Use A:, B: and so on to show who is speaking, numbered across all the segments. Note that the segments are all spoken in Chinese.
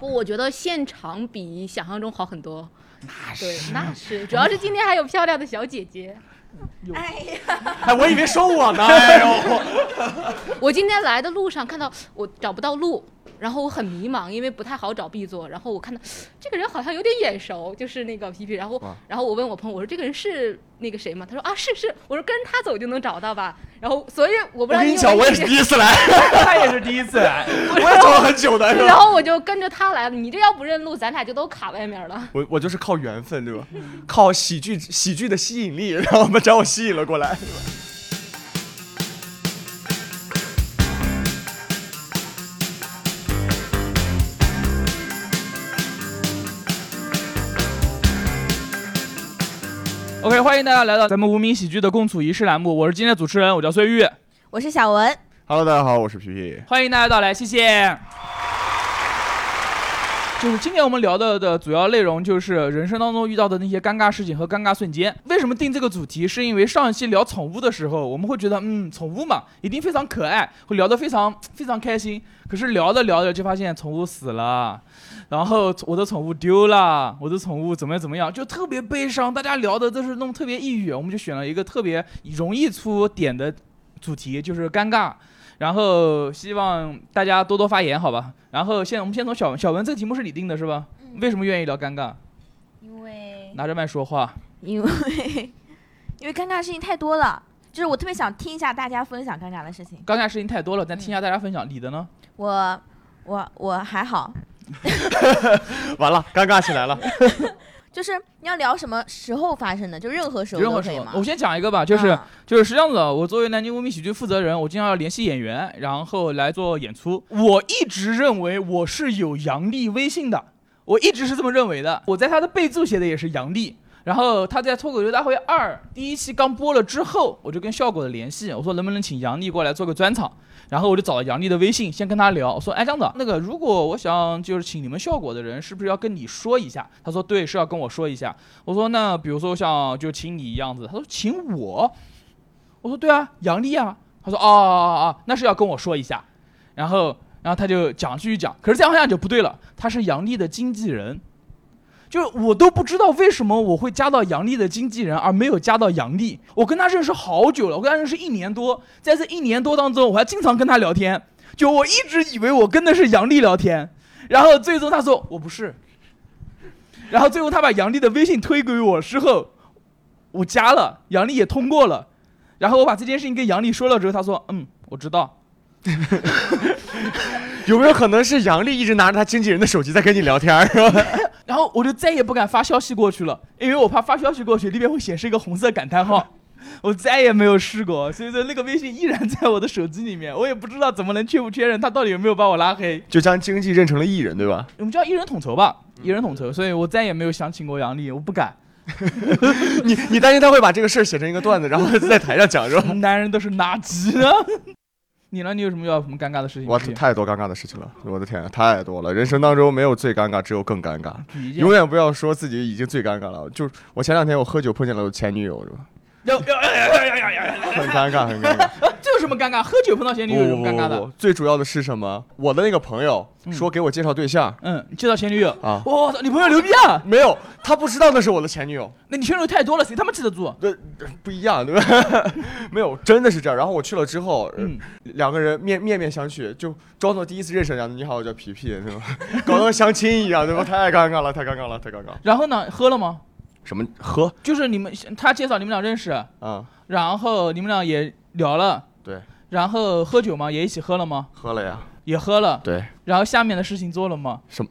A: 不，我觉得现场比想象中好很多。
B: 那
A: 对，
B: 是
A: 那是，主要是今天还有漂亮的小姐姐。
C: 哎呀，
B: 哎，我以为说我呢，哎呦，
A: 我今天来的路上看到我找不到路，然后我很迷茫，因为不太好找 B 座。然后我看到这个人好像有点眼熟，就是那个皮皮。然后
B: 哇，
A: 然后我问我朋友，我说这个人是那个谁吗？他说啊，是是。我说跟着他走就能找到吧。然后，所以我不
B: 我
A: 知道
B: 跟你
A: 有
B: 讲，
A: 没有
B: 我也
A: 这
B: 是
A: 个
B: 第一次来，
D: 他 也是第一次来，
B: 我也找了很久的，是
A: 然
B: 吧？
A: 后我就跟着他来了。你这要不认路，咱俩就都卡外面了。
B: 我我就是靠缘分，对吧？靠喜剧喜剧的吸引力，然后把将我吸引了过来。
D: OK，欢迎大家来到咱们无名喜剧的共处一室栏目，我是今天的主持人，我叫碎玉，
C: 我是小文，
B: Hello，大家好，我是皮皮。
D: 欢迎大家到来，谢谢。就是今天我们聊的的主要内容，就是人生当中遇到的那些尴尬事情和尴尬瞬间。为什么定这个主题？是因为上一期聊宠物的时候，我们会觉得，嗯，宠物嘛，一定非常可爱，会聊得非常非常开心。可是聊着聊着就发现宠物死了，然后我的宠物丢了，我的宠物怎么怎么样，就特别悲伤。大家聊的都是那种特别抑郁，我们就选了一个特别容易出点的主题，就是尴尬。然后希望大家多多发言，好吧？然后现在我们先从小文，小文这个题目是你定的是吧？
C: 嗯
D: 为什么愿意聊尴尬？
C: 因为
D: 拿着麦说话，
C: 因为 因为尴尬的事情太多了，就是我特别想听一下大家分享尴尬的事情。
D: 尴尬事情太多了，
C: 嗯
D: 但听一下大家分享。你的呢？
C: 我我我还好，
B: 完了，尴尬起来了。
C: 就是你要聊什么时候发生的，就任何时候
D: 任
C: 都
D: 何
C: 可
D: 时
C: 以
D: 候
C: 吗，？
D: 我先讲一个吧，就是
C: 嗯
D: 就是是这样子的，我作为南京无名喜剧负责人，我经常要联系演员，然后来做演出。我一直认为我是有杨笠微信的，我一直是这么认为的。我在他的备注写的也是杨笠。然后他在《脱口秀大会二》第一期刚播了之后，我就跟效果的联系，我说能不能请杨笠过来做个专场。然后我就找了杨笠的微信，先跟他聊，我说哎这样子，那个如果我想就是请你们效果的人，是不是要跟你说一下？他说对，是要跟我说一下。我说那比如说我想就请你一样子，他说请我，我说对啊，杨笠啊。他说哦哦哦哦，那是要跟我说一下。然后然后他就讲继续讲，可是再往下就不对了，他是杨笠的经纪人。就是我都不知道为什么我会加到杨笠的经纪人，而没有加到杨笠。我跟他认识好久了，我跟他认识一年多，在这一年多当中，我还经常跟他聊天。就我一直以为我跟的是杨笠聊天，然后最终他说我不是，然后最后他把杨笠的微信推给我之后，我加了，杨笠也通过了，然后我把这件事情跟杨笠说了之后，他说嗯，我知道，
B: 有没有可能是杨笠一直拿着他经纪人的手机在跟你聊天儿， 是吧？
D: 然后我就再也不敢发消息过去了，因为我怕发消息过去那边会显示一个红色感叹号。 我再也没有试过，所以说那个微信依然在我的手机里面，我也不知道怎么能确不确认他到底有没有把我拉黑。
B: 就将经纪认成了艺人，对吧？
D: 我们叫一人统筹吧，一人统筹，所以我再也没有想请过杨笠，我不敢。
B: 你你担心他会把这个事儿写成一个段子，然后在台上讲，是吧？
D: 男人都是垃圾呢。 你呢？你有什么要什么尴尬的事情？
B: 我
D: 举
B: 太多尴尬的事情了，我的天啊，太多了！人生当中没有最尴尬，只有更尴尬。
D: 举一件
B: 永远不要说自己已经最尴尬了。就是我前两天我喝酒碰见了我前女友，是 吧？
D: 要要要要要要要要！
B: 很尴尬，很尴尬。
D: 这有什 么尴尬？喝酒碰到前女友有什么尴尬
B: 不
D: 的
B: 不？不最主要的是什么？我的那个朋友说给我介绍对象、
D: 嗯，你介绍前女友
B: 啊
D: 我操，你朋友牛逼啊！
B: 没有，他不知道那是我的前女友，
D: 那你前女友太多了，谁他妈记得住？
B: 这这不一样，对吧？ 没有，真的是这样。然后我去了之后，呃
D: 嗯，
B: 两个人面面面相觑，就装作第一次认识一样。你好，我叫皮皮，对吧？ 搞得相亲一样，对吧？太尴尬了，太尴尬了，太尴尬了。
D: 然后呢？喝了吗？
B: 什么喝
D: 就是你们他介绍你们俩认识，
B: 啊？
D: 然后你们俩也聊了，
B: 对，
D: 然后喝酒吗？也一起喝了吗？
B: 喝了呀？
D: 也喝了，
B: 对，
D: 然后下面的事情做了吗？
B: 什么？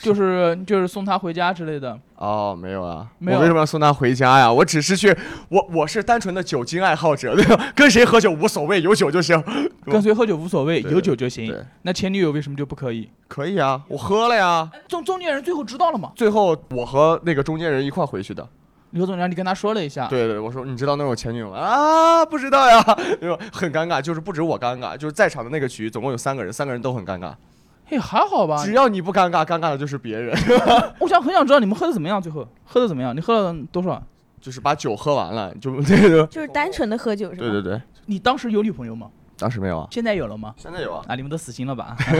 D: 就是就是送她回家之类的。
B: 哦，没有啊，
D: 没有
B: 我为什么要送她回家呀？我只是去，我我是单纯的酒精爱好者，对吧？ 跟谁喝酒无所谓，有酒就行。对
D: 跟谁喝酒无所谓，
B: 对
D: 有酒就行。
B: 对，
D: 那前女友为什么就不可以？
B: 可以啊，我喝了呀。
D: 中中间人最后知道了吗？
B: 最后我和那个中间人一块儿回去的。
D: 刘总让你跟他说了一下，
B: 对对，我说你知道那是我前女友吗？啊，不知道呀， 对吧很尴尬，就是不止我尴尬，就是在场的那个局总共有三个人，三个人都很尴尬。
D: 嘿，还好吧
B: 只。要你不尴尬，尴尬的就是别人。
D: 我想很想知道你们喝的怎么样，最后喝的怎么样？你喝了多少？
B: 就是把酒喝完了，就 这个。
C: 就是单纯的喝酒是吧？
B: 对对对，
D: 你当时有女朋友吗？
B: 当时没有啊，
D: 现在有了吗？
B: 现在有啊。
D: 啊，你们都死心了吧？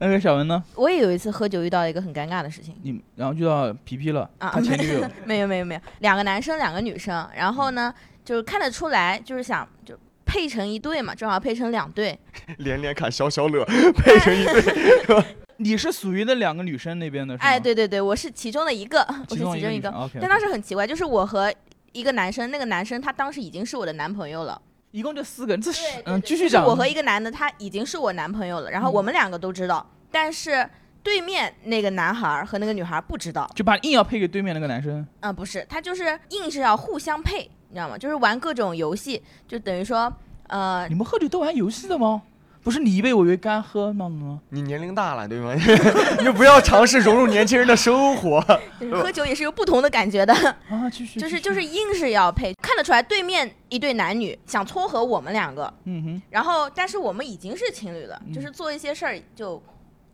D: 那个小文呢？
C: 我也有一次喝酒遇到一个很尴尬的事情
D: 你然后就要皮皮了，
C: 啊
D: 他前女 友
C: 没有没有没有，两个男生两个女生，然后呢，就是看得出来，就是想就配成一对嘛，正好配成两对，
B: 连连看小小乐 配成一对，
D: 你是属于那两个女生那边的，是吗
C: 哎，，对对对，我是其中的一个，我
D: 其
C: 是
D: 中
C: 其中
D: 一
C: 一
D: 个女，
C: 个
D: 生，OK，
C: 但当时很奇怪，就是我和一个男生，那个男生他当时已经是我的男朋友了，
D: 一共就四个人，这是
C: 对对
D: 嗯，
C: 对
D: 继
C: 就
D: 续
C: 是
D: 讲，
C: 我和一个男的他已经是我男朋友了，然后
D: 嗯
C: 我们两个都知道，但是对面那个男孩儿和那个女孩儿不知道，
D: 就把硬要配给对面那个男生，
C: 嗯，不是，他就是硬是要互相配，你知道吗？就是玩各种游戏，就等于说， 呃，
D: 你们喝酒都玩游戏的吗？不是你一杯我一杯干喝那样的吗？
B: 你年龄大了对吗？ 你就不要尝试融入年轻人的生活。
C: 就是喝酒也是有不同的感觉的，
D: 啊，继续，
C: 就是
D: 继续
C: 就是，硬是要配，看得出来对面一对男女想撮合我们两个，
D: 嗯哼，
C: 然后但是我们已经是情侣了，就
D: 嗯
C: 是做一些事儿就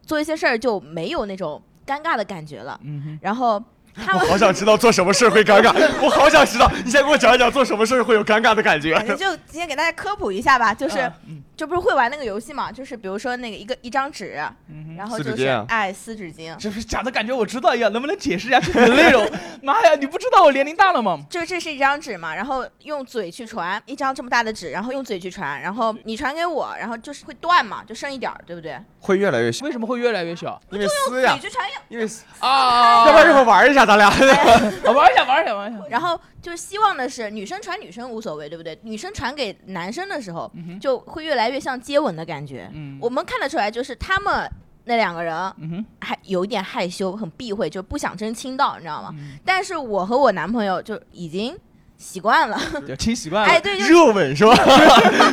C: 做一些事儿就没有那种尴尬的感觉了。
D: 嗯哼，
C: 然后 他
B: 我
C: 们
B: 好想知道做什么事儿会 尴尬，我好想知道，你先给我讲一讲做什么事儿会有尴尬的感觉
C: 反。正就今天给大家科普一下吧，就是、
D: 啊嗯
C: 就不是会玩那个游戏嘛，就是比如说那个一个一张纸，
D: 嗯哼。
C: 然后
B: 撕
C: 就
B: 纸
C: 是
B: 巾啊
C: 哎撕纸巾，
D: 这不是假的感觉，我知道一样，能不能解释一下具体的内容？ 妈呀，你不知道我年龄大了吗？
C: 就这是一张纸嘛，然后用嘴去传一张这么大的纸，然后用嘴去传，然后你传给我，然后就是会断嘛，就剩一点儿，对不对？
B: 会越来越小，
D: 为什么会越来越小
B: 因为撕呀
C: 嘴，去传，
B: 因为撕
D: 啊
B: 要不然一会儿玩一下咱俩。
C: 哎
D: 我玩一下，玩一下，玩一下。
C: 然后就是希望的是女生传女生无所谓，对不对？女生传给男生的时候，
D: 嗯哼，
C: 就会越来越像接吻的感觉。
D: 嗯，
C: 我们看得出来，就是他们那两个人
D: 嗯哼，
C: 还有一点害羞，很避讳，就不想真亲到，你知道吗？
D: 嗯
C: 但是我和我男朋友就已经习 惯了，
D: 对听习惯
C: 哎，
D: 了。
C: 对，就是
B: 热吻 是吧？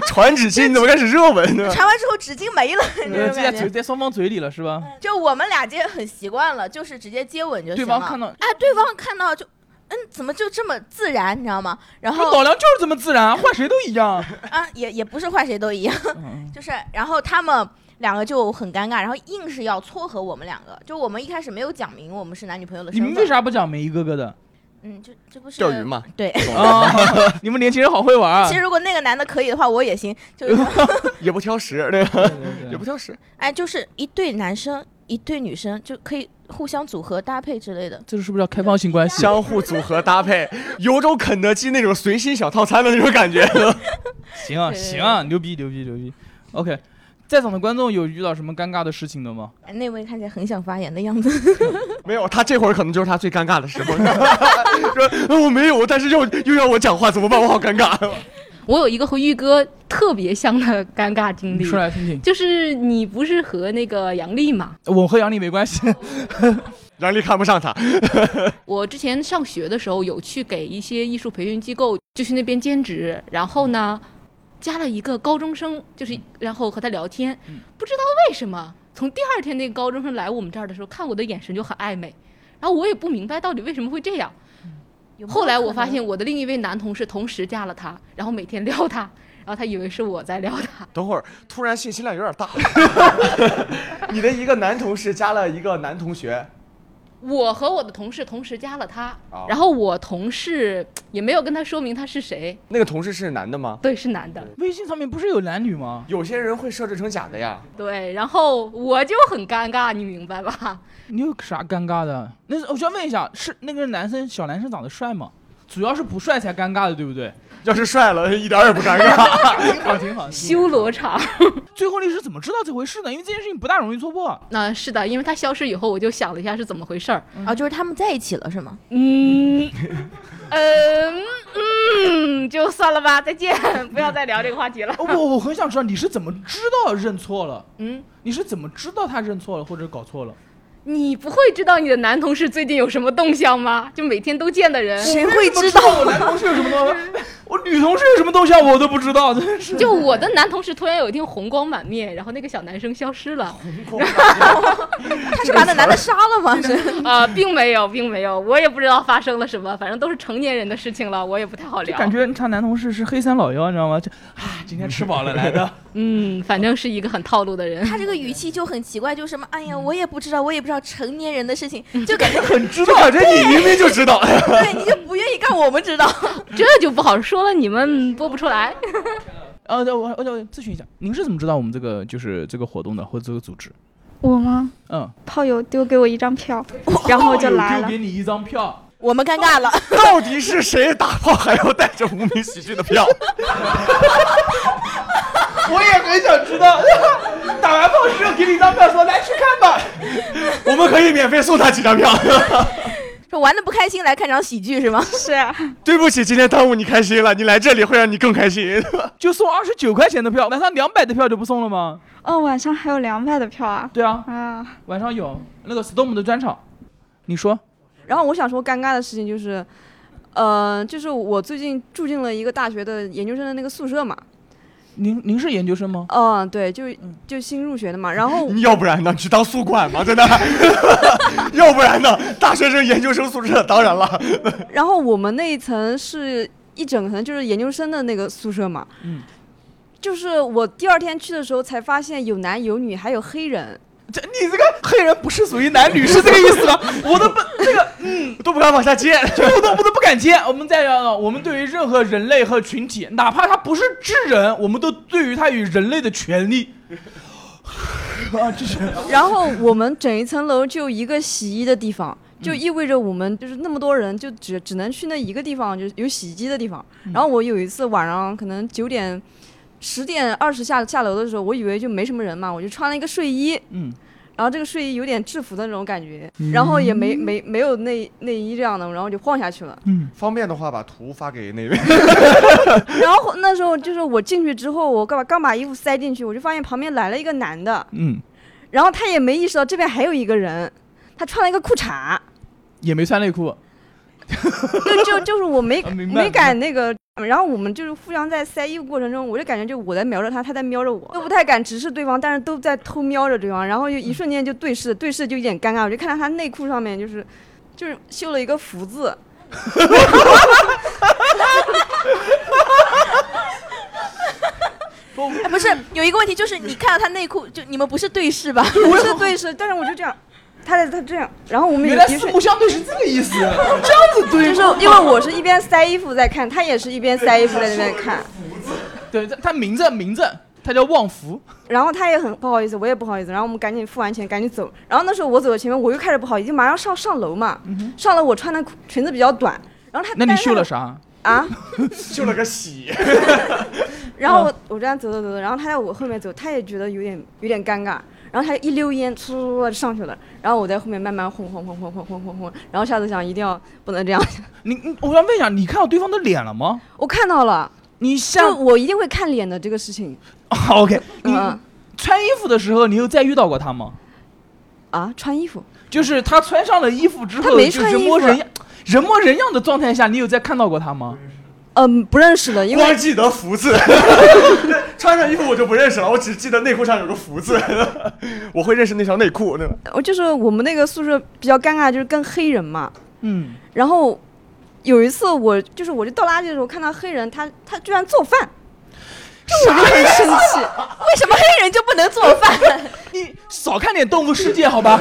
B: 传纸巾你怎么开始热吻呢？
C: 传完之后纸巾没了，那
D: 呃
C: 种
D: 在
C: 感
D: 嘴
C: 觉。
D: 在双方嘴里了是吧？
C: 就我们俩接很习惯了，就是直接接吻就
D: 对
C: 行了。
D: 方看到，
C: 哎，对方看到就，嗯，怎么就这么自然，你知道吗？然
D: 这
C: 后
D: 老梁就是这么自然，换谁都一 样。
C: 啊，也也不是坏谁都一样。
D: 嗯
C: 就是，然后他们两个就很尴尬，然后硬是要撮合我们两个。就我们一开始没有讲明我们是男女朋友的
D: 你
C: 身
D: 们
C: 份。
D: 为？啥不讲每一个个的？
C: 嗯，这这不是
B: 钓鱼？嘛，
C: 对。
D: 啊， 你们年轻人好会玩啊
C: 其！实如果那个男的可以的话，我也行。就是 说，
B: 也不挑食，对吧？
D: 对对
B: 也
D: 对
B: 不挑食。
C: 哎，就是一对男生，一对女生就可以互相组合搭配之类的。
D: 这是不是叫开放性关系？
B: 相互组合搭配，有种肯德基那种随心小套餐的那种感觉。
D: 行啊，
C: 对对
D: 行啊，牛逼牛逼牛逼！OK，在场的观众有遇到什么尴尬的事情的吗？
C: 哎那位看起来很想发言的样子。
B: 没有，他这会儿可能就是他最尴尬的时候。 说、呃我没有，但是又又让我讲话，怎么办？我好尴尬。
A: 我有一个和玉哥特别像的尴尬经
D: 嗯你
A: 历，
D: 说来听听。
A: 就是你不是和那个杨丽嘛？
D: 我和杨丽没关系。
B: 杨丽看不上他，
A: 我之前上学的时候有去给一些艺术培训机构，就去那边兼职，然后呢，加了一个高中生，就是然后和他聊天
D: 嗯，
A: 不知道为什么，从第二天那个高中生来我们这儿的时候，看我的眼神就很暧昧，然后我也不明白到底为什么会这样。
C: 有没有
A: 后来我
C: 可
A: 发
C: 能
A: 现我的另一位男同事同时加了他，然后每天撩他，然后他以为是我在撩他，
B: 等会儿突然信息量有点 大。你的一个男同事加了一个男同学，
A: 我和我的同事同时加了他
B: 哦，
A: 然后我同事也没有跟他说明他是谁，
B: 那个同事是男的吗？
A: 对，是男的。
D: 微信上面不是有男女吗？
B: 有些人会设置成假的呀。
A: 对，然后我就很尴尬，你明白吧？
D: 你有啥尴尬的？那是我想问一下，是那个男生小男生长得帅吗？主要是不帅才尴尬的，对不对？
B: 要是帅了，一点儿也不尴尬。
D: 挺好，挺好。
A: 修罗场。
D: 最后律师怎么知道这回事呢？因为这件事情不大容易戳破。
A: 那是的，因为他消失以后，我就想了一下是怎么回事儿。
C: 啊，就是他们在一起了是吗？
A: 嗯， 嗯嗯，就算了吧，再见， 不要再聊这个话题了。
D: 哦我我很想知道你是怎么知道认错了？
A: 嗯，
D: 你是怎么知道他认错了或者搞错了？
A: 你不会知道你的男同事最近有什么动向吗？就每天都见的人。
C: 谁会
D: 我
C: 知
D: 道
C: 道？
D: 我男同事有什么东西？我女同事有什么动向我都不知道，真是。
A: 就我的男同事突然有一天红光满面，然后那个小男生消失 了。
C: 他是把那男的杀了 吗？是。
A: 呃，并没有，并没有，我也不知道发生了什么，反正都是成年人的事情了，我也不太好
D: 就
A: 聊。
D: 感觉他男同事是黑三老幺，你知道吗？就啊，今天吃饱了来的。
A: 嗯，反正是一个很套路的人。
C: 他这个语气就很奇怪，就什么哎呀，我也不知道，我也不知道成年人的事情， 就感觉
D: 很知
B: 就感觉你明明就知道。
C: 对你就不愿意干我们知道。
A: 这就不好说了，你们播不出来。
D: 哦呃，对我我我咨询一下，您是怎么知道我们这个就是这个活动的或者这个组织？
E: 我吗？
D: 嗯，
E: 炮友丢给我一张票，然后就来
D: 就
E: 了
D: 给。你一张票，
C: 我们尴尬了，
B: 到底是谁打炮还要带着无名喜剧的票？
D: 我也很想知道，打完炮之后给你一张票，说来去看吧。
B: 我们可以免费送他几张票。
C: 说玩的不开心来看场喜剧是吗？
E: 是啊，
B: 对不起，今天耽误你开心了，你来这里会让你更开心。。
D: 就送二十九块钱的票，晚上两百的票就不送了吗？
E: 哦，晚上还有两百的票啊！
D: 对啊，
E: 啊，
D: 晚上有那个 Storm 的专场，你说
F: 然后我想说尴尬的事情就是，呃，就是我最近住进了一个大学的研究生的那个宿舍嘛，
D: 您您是研究生吗？
F: 嗯、对，就就新入学的嘛，然后
B: 嗯要不然呢？你去当宿管吗？在那？ 要不然呢？大学生、研究生宿舍，当然了。
F: 然后我们那一层是一整层，就是研究生的那个宿舍嘛。
D: 嗯。
F: 就是我第二天去的时候才发现有男有女，还有黑人。
D: 这你这个黑人不是属于男女，是这个意思吗？我都不这个，嗯，
B: 都不敢往下接。
D: 我都我都不敢接。我们再讲讲，我们对于任何人类和群体，哪怕他不是智人，我们都对于他与人类的权利。 啊，这是
F: 然后我们整一层楼就一个洗衣的地方，就意味着我们就是那么多人，就只只能去那一个地方，就是有洗衣机的地方。然后我有一次晚上可能九点、十点二十下下楼的时候，我以为就没什么人嘛，我就穿了一个睡衣，
D: 嗯，
F: 然后这个睡衣有点制服的那种感觉，然后也没没没有内内衣这样的，然后就晃下去了。
D: 嗯
B: 方便的话，把图发给那 位。
F: 然后那时候就是我进去之后，我刚把刚把衣服塞进去，我就发现旁边来了一个男的，
D: 嗯，
F: 然后他也没意识到这边还有一个人，他穿了一个裤衩，
D: 也没穿内裤。
F: 就就就是我没
D: 啊明白
F: 没敢那个。然后我们就是互相在塞衣服过程中，我就感觉就我在瞄着他，他在瞄着我，都不太敢直视对方，但是都在偷瞄着对方。然后就一
D: 嗯
F: 瞬间就对视，对视就有点尴尬。我就看到他内裤上面就是就是绣了一个福字，
C: 哎，不是，有一个问题就是你看到他内裤，就你们不是对视吧？
F: 不是对视， 但是我就这样，他在他这样，然后我们
D: 原来
F: 也
D: 四
F: 是
D: 目相对是这个意 思，这样子对
F: 就是因为我是一边塞衣服在看，他也是一边塞衣服在那边看，
D: 对，他他名字名字，他叫旺 福。
F: 然后他也很不好意思，我也不好意思，然后我们赶紧付完钱赶紧走。然后那时候我走的前面，我又开始不好意思，就马上上上楼嘛，上楼我穿的裤裙子比较短，然后他
D: 嗯那你
F: 但是
D: 秀
F: 他
D: 了啥？
F: 啊？
B: 秀了个喜，
F: 然后我我这样走走走走，然后他在我后面走，他也觉得有点有点尴尬，然后他一溜烟嗖嗖嗖就上去了，然后我在后面慢慢轰轰轰轰轰轰轰轰，然后下次想一定要不能这样，
D: 你你，我想问一下，你看到对方的脸了吗？
F: 我看到了，
D: 你下
F: 就我一定会看脸的这个事情，
D: 啊 OK，你
F: 嗯
D: 穿衣服的时候，你有再遇到过他吗？
F: 啊，穿衣服。
D: 就是他穿上了衣服之后，
F: 他没
D: 就
F: 穿
D: 人模
F: 衣服啊
D: 人样，人模人样的状态下，你有在看到过他吗？
F: 嗯，不认识的，因
B: 光
F: 为
B: 记得福 字。穿上衣服我就不认识了，我只记得内裤上有个福字。 我会认识那条内裤呢。
F: 我就是我们那个宿舍比较尴尬，就是跟黑人嘛。
D: 嗯，
F: 然后有一次我就是我就倒垃圾的时候看到黑人，他他居然做饭，这我就很生气。
C: 为什么黑人就不能做饭？
D: 你少看点《动物世界》好吧？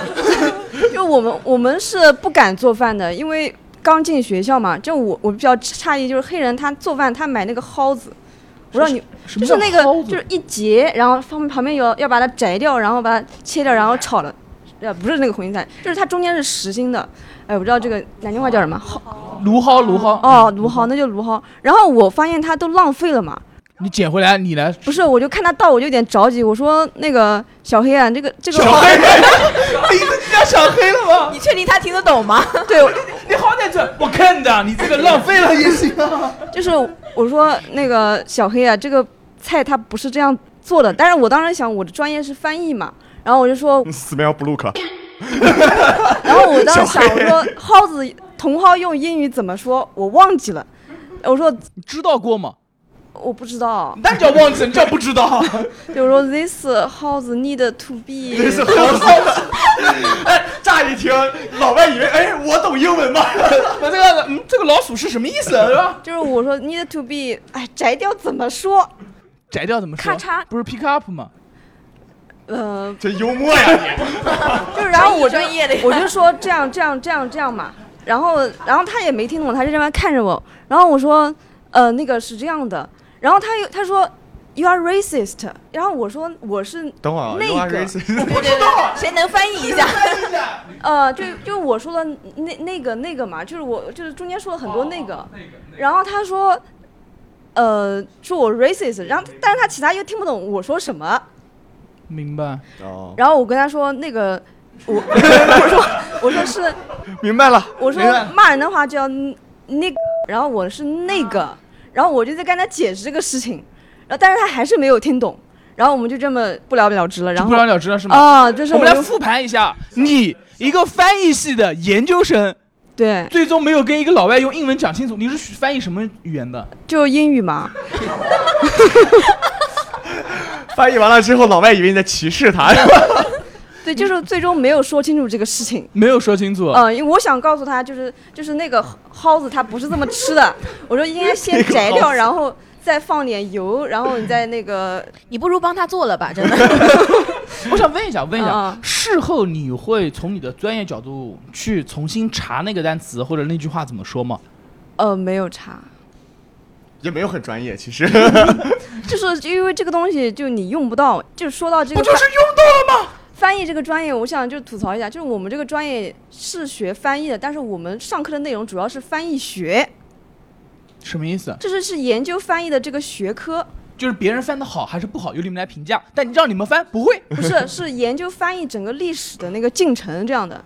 F: 就我们我们是不敢做饭的，因为刚进学校嘛。就我我比较诧异，就是黑人他做饭他买那个蒿子，我让你
D: 什
F: 就
D: 么
F: 是
D: 叫
F: 那个
D: 蒿子
F: 就是一节，然后放旁边有要把它摘掉，然后把它切掉，然后炒了。呃，不是那个红心菜，就是它中间是实心的。哎，我不知道这个南京话叫什么，
D: 哦
F: 蒿
D: 芦啊蒿，芦蒿。
F: 哦，芦
D: 嗯
F: 蒿，那就芦蒿。然后我发现它都浪费了嘛，
D: 你捡回来，你来。
F: 不是，我就看它倒，我就有点着急，我说那个小黑啊，这个这个
D: 小黑， 你自己叫小黑了吗？
C: 你确定他听得懂吗？
F: 对，
D: 你好歹这，我看的，你这个浪费了也行啊。
F: 就是我说那个小黑啊，这个菜它不是这样做的，但是我当时想我的专业是翻译嘛，然后我就
B: 嗯
F: 说，
B: Smell blue 了。
F: 然后我当时想我说蒿子茼蒿用英语怎么说，我忘记了， 我 说
D: 你知道过吗？
F: 我不知道，
D: 那叫忘记了，你叫不知道。
F: 比如说 this 蒿子 need to be，
B: 这是好骚。 哎，乍一听，老外以为哎，我懂英文吗？
D: 我这个，嗯，这个老鼠是什么意 思，是吧？
F: 就是我说 need to be，哎，摘掉怎么说？
D: 摘掉怎么说？
C: 咔嚓
D: 不是 pick up 吗？
F: 呃，
B: 真幽默呀你！
F: 就是然后我就
C: 专业的呀
F: 我 就说这样这样这样这样嘛，然后然后他也没听懂，他就在那边看着我，然后我说呃那个是这样的，然后他又他说 you are racist，然后我说我是
B: 等会儿啊
F: 那
B: ，you are
F: 个
B: racist
C: 对对对，谁能翻译一下？
F: 呃，就就我说的那那个那个嘛，就是我就是中间说了很多哦那个，然后他说，呃，说我 racist，然后但是他其他又听不懂我说什么，
D: 明白，
B: 哦，
F: 然后我跟他说那个， 我我说我说是
B: 明白了。
F: 我说
B: 明白
F: 骂人的话就要那个，然后我是那
C: 啊
F: 个，然后我就在跟他解释这个事情，然后但是他还是没有听懂，然后我们就这么不了了之了，然
D: 就
F: 后
D: 不了了之了是吗？
F: 啊，就是
D: 我们来
F: 就
D: 复盘一下，你一个翻译系的研究生，
F: 对，
D: 最终没有跟一个老外用英文讲清楚，你是翻译什么语言的？
F: 就英语嘛，
B: 翻译完了之后，老外以为你在歧视他。
F: 对，就是最终没有说清楚这个事情。
D: 没有说清 楚。
F: 嗯，因为我想告诉他，就是就是那个蒿子它不是这么 吃的，我说应该先摘
B: 那个蒿
F: 掉，
B: 子
F: 然后再放点油，然后你再 那个
C: 你不如帮他做了吧，真 的。
D: 我想问一下，问一下
F: 嗯，
D: 事后你会从你的专业角度去重新查那个单词或者那句话怎么说吗？
F: 呃没有查，
B: 也没有很专业，其实
F: 就是因为这个东西就你用不到，就说到这个
D: 不就是
F: 翻
D: 用到了吗？
F: 翻译这个专业，我想就吐槽一下，就是我们这个专业是学翻译的，但是我们上课的内容主要是翻译学，
D: 什么意思？
F: 就是是研究翻译的这个学科，
D: 就是别人翻的好还是不好，由你们来评价。但让你们翻不会，
F: 不是是研究翻译整个历史的那个进程这样的。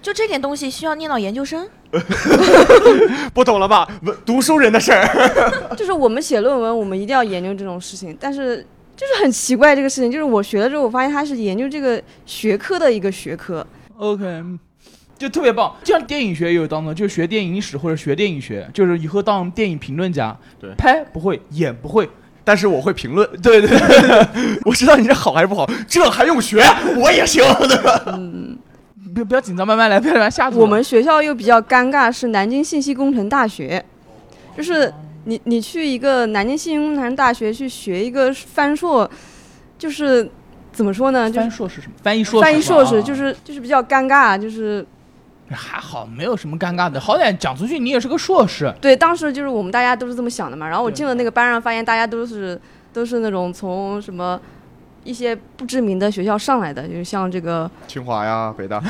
C: 就这点东西需要念到研究生，
B: 不懂了吧？文读书人的事儿。
F: 就是我们写论文，我们一定要研究这种事情，但是就是很奇怪这个事情，就是我学了之后，我发现它是研究这个学科的一个学科。
D: OK，就特别棒。就像电影学也有当中，就学电影史或者学电影学，就是以后当电影评论家。
B: 对
D: 拍不会，演不会。
B: 但是我会评 论，
D: 对对，
B: 我知道你这好还是不好，这还用学？ 我也行，对吧？
D: 不要不要紧张，慢慢来， 不要让吓住
F: 我们学校又比较尴尬，是南京信息工程大学，就是你你去一个南京信息工程大学去学一个翻硕，就是怎么说呢，就
D: 翻
F: 是
D: 硕士什么？翻译硕士。
F: 翻译硕士，就是是就是比较尴尬，就是
D: 吧还好，没有什么尴尬的。好歹讲出去，你也是个硕士。
F: 对，当时就是我们大家都是这么想的嘛。然后我
D: 对
F: 进了那个班上，发现大家都是都是那种从什么一些不知名的学校上来的，就是像这个
B: 清华呀，北 大，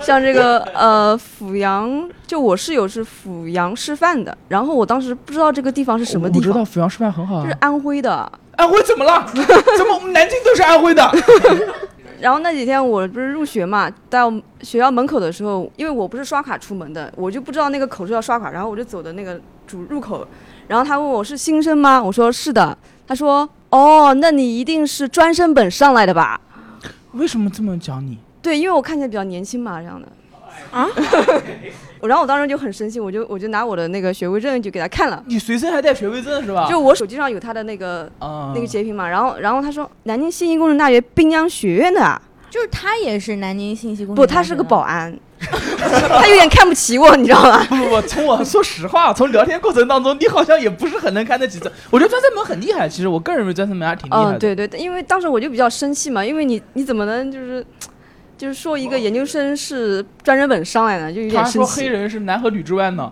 F: 像这个呃阜阳，就我室友是阜阳师范的，然后我当时不知道这个地方是什么地
D: 我知道
F: 方，
D: 阜阳师范很好、啊。
F: 就是安徽的。
D: 安徽怎么了？ 怎么我们南京都是安徽的？
F: 然后那几天我不是入学嘛，到学校门口的时候，因为我不是刷卡出门的，我就不知道那个口是要刷卡，然后我就走的那个主入口，然后他问我是新生吗？我说是的，他说哦，那你一定是专升本上来的吧？
D: 为什么这么讲你？
F: 对，因为我看起来比较年轻嘛，这样的。啊！ 然后我当时就很生气，我就我就拿我的那个学位证就给他看了，
D: 你随身还带学位证是吧？
F: 就我手机上有他的那个
D: 啊，
F: 那个截屏嘛，然后然后他说南京信息工程大学滨江学院的啊，
C: 就是他也是南京信息工程
F: 不，他是个保安， 他有点看不起我，你知道吗？
D: 不不不，从我说实话，从聊天过程当中，你好像也不是很能看得起这。我觉得专升本很厉害，其实我个人认为专升本还挺厉害的。
F: 嗯，对对，因为当时我就比较生气嘛，因为你你怎么能就是就是说一个研究生是专升本上来的，就有点
D: 他
F: 生
D: 说黑
F: 气。
D: 人是男和女之外呢，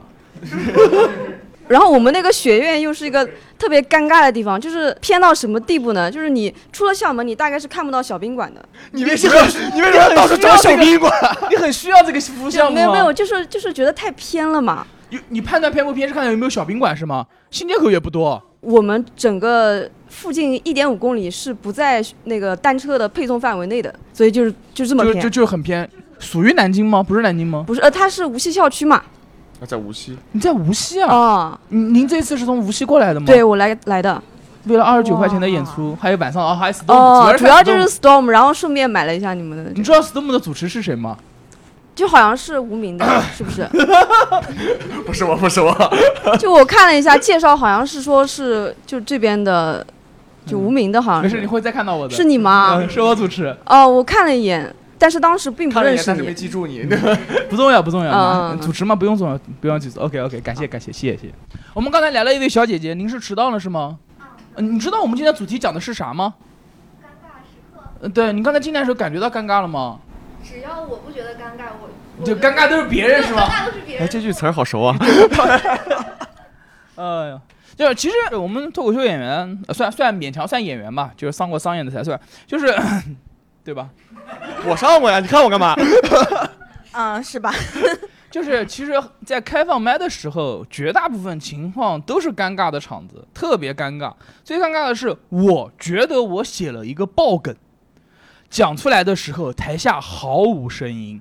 F: 然后我们那个学院又是一个特别尴尬的地方，就是偏到什么地步呢？就是你出了校门，你大概是看不到小宾馆的，
B: 你为什么 你为什么要到处找小宾 馆？
D: 你很需要这个服务
F: 就
D: 项目
F: 没有
D: 吗
F: 没有，，就是就是觉得太偏了嘛。
D: 有你判断偏不偏是看看有没有小宾馆是吗？新街口也不多，
F: 我们整个附近一点五公里是不在那个单车的配送范围内的，所以就是就这么
D: 就
F: 偏。
D: 就就很偏，属于南京吗？不是南京吗？
F: 不是，呃，它是无锡校区嘛？
B: 在无锡，
D: 你在无锡啊？嗯
F: 啊，
D: 您您这次是从无锡过来的吗？
F: 对，我来来的。
D: 为了二十九块钱的演出，还有晚上啊，还有 Storm，、
F: 哦，主
D: 主
F: 要
D: 看
F: 就是
D: Storm
F: Storm，然后顺便买了一下你们的，
D: 你知道 Storm 的主持是谁吗？
F: 就好像是无名的，是不是？
B: 不是我，不 是我，
F: 就我看了一下介绍，好像是说是就这边的，就无名的，好像
D: 嗯没
F: 是
D: 事，你会再看到我的。
F: 是你吗
D: 嗯，？是我主持，
F: 哦，我看了一眼，但是当时并不
B: 看了一
F: 认
B: 眼，
F: 识
B: 但是没
F: 你。
B: 记住 你。
D: 不重要，不重要。
F: 嗯嗯嗯
D: 主持嘛，不用重要，不用记住。OK OK，感谢感谢，谢谢谢谢。我们刚才来了一位小姐姐，您是迟到了是吗？
G: 嗯
D: 呃你知道我们今天主题讲的是啥吗？呃对你刚才进来的时候感觉到尴尬了吗？
G: 只要我不觉得尴尬，我我
D: 就
G: 觉得
D: 尴尬都是别人是
G: 尴
D: 吧？
G: 尬都是别
B: 哎，
G: 人。
B: 这句词儿好熟啊！
D: 哎呀，就是其实我们脱口秀演员呃算算勉强算演员吧，就是上过商演的才算，就是 对吧？
B: 我上过呀，你看我干 嘛？
C: 嗯，是吧？
D: 就是其实，在开放麦的时候，绝大部分情况都是尴尬的场子，特别尴尬。最尴尬的是，我觉得我写了一个爆梗，讲出来的时候，台下毫无声音，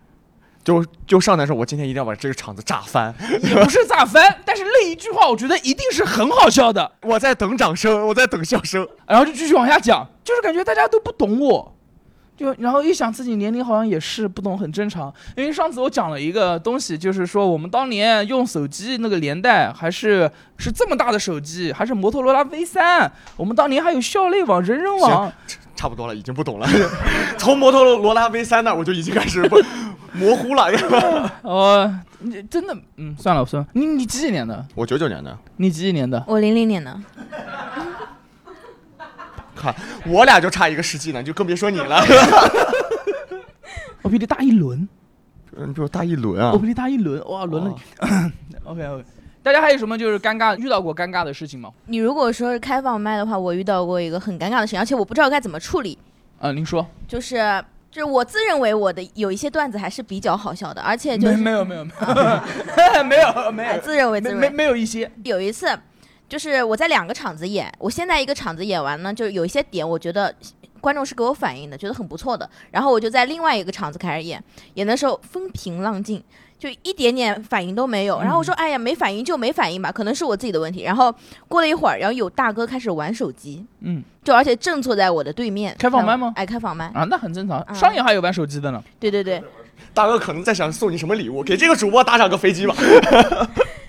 B: 就就上台说，我今天一定要把这个场子炸翻。
D: 也不是咋翻，但是那一句话，我觉得一定是很好笑的。
B: 我在等掌声，我在等笑声。
D: 然后就继续往下讲，就是感觉大家都不懂我，就然后一想自己年龄好像也是不懂，很正常。因为上次我讲了一个东西，就是说我们当年用手机那个年代，还是是这么大的手机，还是摩托罗拉 V 三，我们当年还有校内网、人人网，
B: 差不多了，已经不 懂了。从摩托罗拉 V 三那儿我就已经开始不 模糊了。
D: 呃，你真的，嗯，算了，算了，你你几几年的？
B: 我九九年的，
D: 你几几年的？
C: 我零零年的，
B: 看我俩就差一个世纪呢，就更别说你 了。
D: 我比你大一轮，
B: 你比我大一轮啊
D: 我比你大一轮，哇，轮了你。OK OK，大家还有什么就是尴尬遇到过尴尬的事情吗？
C: 你如果说是开放麦的话，我遇到过一个很尴尬的事情，而且我不知道该怎么处理。
D: 啊、您说。
C: 就是就是我自认为我的有一些段子还是比较好笑的，而且就是
D: 没没有没有没有 没有没
C: 哎
D: 有
C: 自认为自
D: 没
C: 认
D: 没
C: 为
D: 没有一些
C: 有一次，就是我在两个场子演，我先在一个场子演完呢，就是有一些点我觉得。观众是给我反应的，觉得很不错的。然后我就在另外一个场子开始演，演的时候风平浪静，就一点点反应都
D: 嗯
C: 没有。然后我说：“哎呀，没反应就没反应吧，可能是我自己的问题。”然后过了一会儿，然后有大哥开始玩手机，
D: 嗯
C: 就而且正坐在我的对面。
D: 开放麦吗
C: 哎，开放麦，
D: 啊，那很正常。
C: 啊
D: 商演还有玩手机的呢，
C: 对对对，
B: 大哥可能在想送你什么礼物，给这个主播打赏个飞机吧。